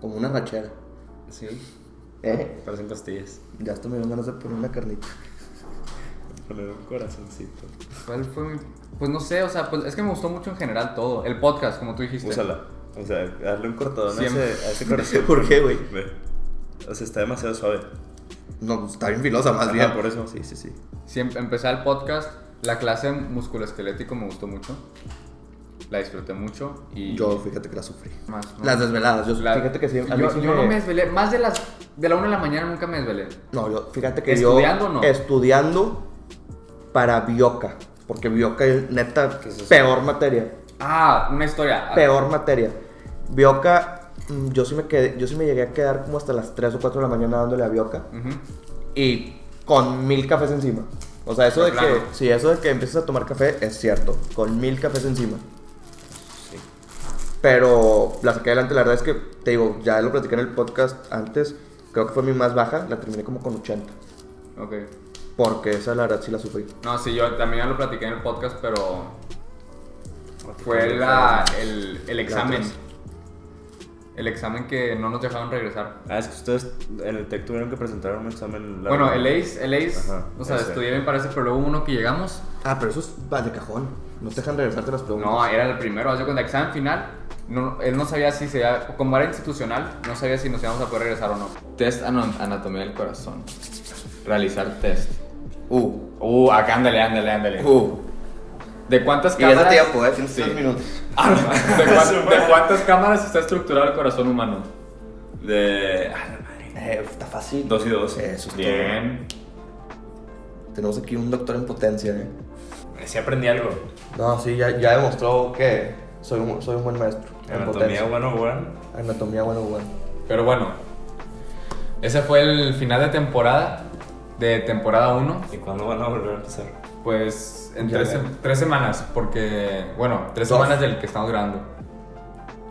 Speaker 2: Como una rachera.
Speaker 3: Sí,
Speaker 2: ¿Eh?
Speaker 3: parecen pastillas.
Speaker 2: Ya hasta me dieron ganas de poner una carnita.
Speaker 3: Poner un corazoncito.
Speaker 1: ¿Cuál fue mi- Pues no sé, o sea, pues es que me gustó mucho en general todo. El podcast, como tú dijiste.
Speaker 3: Úsala. O sea, darle un cortadón a ese,
Speaker 1: Siempre.
Speaker 3: a ese corazón.
Speaker 2: ¿Por qué, güey?
Speaker 3: Ve. O sea, está demasiado suave.
Speaker 2: No, pues, está bien filosa más
Speaker 3: Ajá,
Speaker 2: bien.
Speaker 3: por eso. Sí, sí, sí.
Speaker 1: Siempre, em-, empecé el podcast, la clase musculoesquelético me gustó mucho. La disfruté mucho y...
Speaker 2: Yo, fíjate que la sufrí.
Speaker 1: Más, ¿no?
Speaker 2: Las desveladas, yo
Speaker 1: La-
Speaker 2: fíjate que sí. a mí
Speaker 1: yo
Speaker 2: sí
Speaker 1: yo no me desvelé. Más de las... De la una de la mañana nunca me desvelé.
Speaker 2: No, yo, fíjate que
Speaker 1: ¿Estudiando
Speaker 2: yo.
Speaker 1: o no?
Speaker 2: Estudiando para bioca. Porque bioca es neta,
Speaker 3: ¿Qué es eso?
Speaker 2: peor materia.
Speaker 1: Ah, una historia.
Speaker 2: Peor materia. Bioca, mm, yo sí me quedé, yo sí me llegué a quedar como hasta las 3 o 4 de la mañana dándole a bioca.
Speaker 1: Ujú.
Speaker 2: Y con mil cafés encima. O sea, eso
Speaker 1: De
Speaker 2: de que.
Speaker 1: plano.
Speaker 2: Sí, eso de que empiezas a tomar café es cierto. Con mil cafés encima.
Speaker 3: Sí.
Speaker 2: Pero la saqué adelante, la verdad es que, te digo, ya lo platiqué en el podcast antes. Creo que fue mi más baja, la terminé como con 80.
Speaker 1: Ok.
Speaker 2: Porque esa la verdad sí la sufrí.
Speaker 1: No, sí, yo también ya lo platiqué en el podcast, pero... Fue la, el, el examen.
Speaker 2: otra.
Speaker 1: El examen que no nos dejaron regresar.
Speaker 3: Ah, es que ustedes en el TEC tuvieron que presentar un examen. largo.
Speaker 1: Bueno, el ACE, el ACE,
Speaker 3: Ajá,
Speaker 1: o sea,
Speaker 3: ese.
Speaker 1: estudié bien para ese, pero luego uno que llegamos,
Speaker 2: Ah, pero eso es va de cajón. No te dejan regresarte las preguntas.
Speaker 1: no, era el primero, hace cuenta, examen final, no- él no sabía si se iba- como era institucional, no sabía si nos íbamos a poder regresar o no. Test anatomía del corazón, realizar test.
Speaker 2: Uh,
Speaker 1: Uh, acá ándale, ándale, ándale.
Speaker 2: uh.
Speaker 1: ¿De cuántas
Speaker 2: Y ese
Speaker 1: cámaras?
Speaker 2: tiempo, ¿eh? Tienes
Speaker 1: Sí.
Speaker 2: 3 minutos.
Speaker 1: Ah, ¿de, cuán- de cuántas cámaras está estructurado el corazón humano?
Speaker 3: De. Ah, la madre.
Speaker 2: Eh, está fácil.
Speaker 3: Dos y dos.
Speaker 2: Eso es
Speaker 3: Bien.
Speaker 2: Tenemos aquí un doctor en potencia, ¿eh?
Speaker 3: Sí aprendí algo.
Speaker 2: No, sí, ya, ya demostró que soy un, soy un buen maestro. en
Speaker 3: Anatomía
Speaker 2: potencia.
Speaker 3: 101.
Speaker 2: Anatomía bueno, bueno.
Speaker 1: Pero bueno, ese fue el final de temporada, de temporada 1.
Speaker 3: ¿Y cuándo van a volver a empezar?
Speaker 1: Pues en
Speaker 2: Ya
Speaker 1: tres,
Speaker 2: veo.
Speaker 1: tres semanas, porque, bueno, tres
Speaker 2: Dos.
Speaker 1: semanas del que estamos grabando.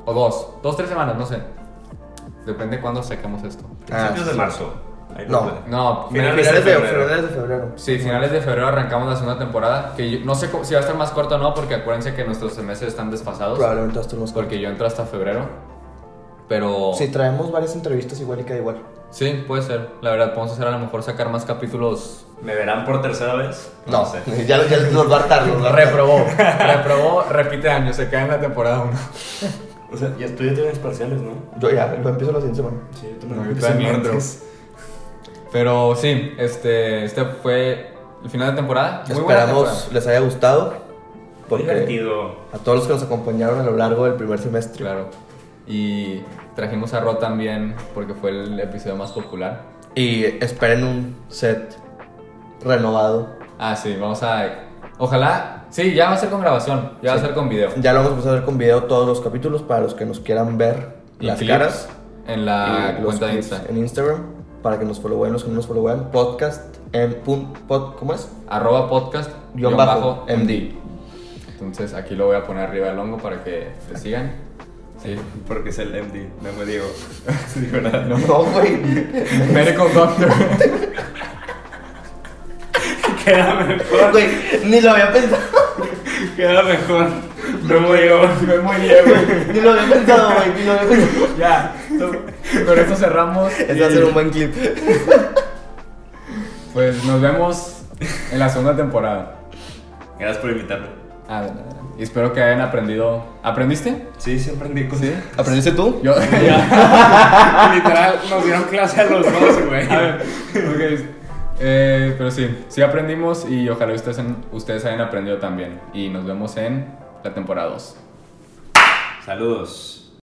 Speaker 1: O dos, dos, tres semanas, no sé. Depende de cuándo sacamos esto.
Speaker 3: Principios de
Speaker 2: sí.
Speaker 3: marzo. Ahí
Speaker 2: No.
Speaker 3: nos ven.
Speaker 1: No, me-
Speaker 2: Finales
Speaker 3: Finales
Speaker 2: de
Speaker 3: de
Speaker 2: febrero.
Speaker 3: febrero.
Speaker 2: Finales de febrero.
Speaker 1: sí, finales de febrero arrancamos la segunda temporada, que yo- no sé cómo- si va a estar más corta o no, porque acuérdense que nuestros semestres están desfasados,
Speaker 2: Probablemente hasta más corto.
Speaker 1: porque yo entro hasta febrero. Pero...
Speaker 2: Si traemos varias entrevistas igual y queda igual.
Speaker 1: Sí, puede ser. La verdad, podemos hacer a lo mejor sacar más capítulos.
Speaker 3: ¿Me verán por tercera vez?
Speaker 2: No,
Speaker 3: sé.
Speaker 2: ya, ya nos va a hartar, nos va a hartar.
Speaker 1: Reprobó, reprobó, repite año, se queda en la temporada 1.
Speaker 3: O sea, ya estudié tienes parciales, ¿no?
Speaker 2: Yo ya, lo empiezo la siguiente semana.
Speaker 3: Sí, yo
Speaker 1: No, yo también entro. Pero sí, este, este fue el final de temporada. Muy buena
Speaker 2: Esperamos
Speaker 1: temporada.
Speaker 2: les haya gustado.
Speaker 3: Muy
Speaker 2: Porque
Speaker 3: divertido.
Speaker 2: a todos los que nos acompañaron a lo largo del primer semestre.
Speaker 1: Claro. Y trajimos a Ro también porque fue el episodio más popular.
Speaker 2: Y esperen un set renovado.
Speaker 1: Ah, sí, vamos a... Ojalá... Sí, ya va a ser con grabación, ya va a
Speaker 2: Sí.
Speaker 1: ser con video.
Speaker 2: Ya lo vamos a empezar a ver con video todos los capítulos para los que nos quieran ver
Speaker 1: Y
Speaker 2: las
Speaker 1: clips
Speaker 2: caras.
Speaker 1: En la
Speaker 2: y los
Speaker 1: cuenta de
Speaker 2: clips
Speaker 1: Insta.
Speaker 2: En Instagram. Para que nos followen, los que no nos followen. Podcast en pun- pod- ¿Cómo es?
Speaker 1: Arroba podcast
Speaker 2: Guión
Speaker 1: guión
Speaker 2: bajo, MD.
Speaker 1: Entonces aquí lo voy a poner arriba del hongo para que le sigan. Sí.
Speaker 3: Porque es el MD, no me digo. digo nada.
Speaker 2: No, güey.
Speaker 1: Medical Doctor.
Speaker 3: Queda mejor,
Speaker 2: Güey, ni lo había pensado.
Speaker 3: queda mejor. No me digo, no me digo.
Speaker 2: Ni lo había pensado, güey. Ni lo había pensado.
Speaker 3: Ya.
Speaker 1: Con esto cerramos.
Speaker 2: Ese va a ser un buen clip.
Speaker 1: Pues nos vemos en la segunda temporada.
Speaker 3: Gracias por invitarme.
Speaker 1: Ah, de nada. Y espero que hayan aprendido. ¿Aprendiste?
Speaker 3: Sí, sí aprendí cosas.
Speaker 2: ¿Aprendiste tú?
Speaker 1: Yo.
Speaker 5: Literal, nos dieron clase a los dos, güey.
Speaker 1: A ver, ok. Eh, pero sí, sí aprendimos y ojalá ustedes, han- ustedes hayan aprendido también. Y nos vemos en la temporada 2.
Speaker 3: Saludos.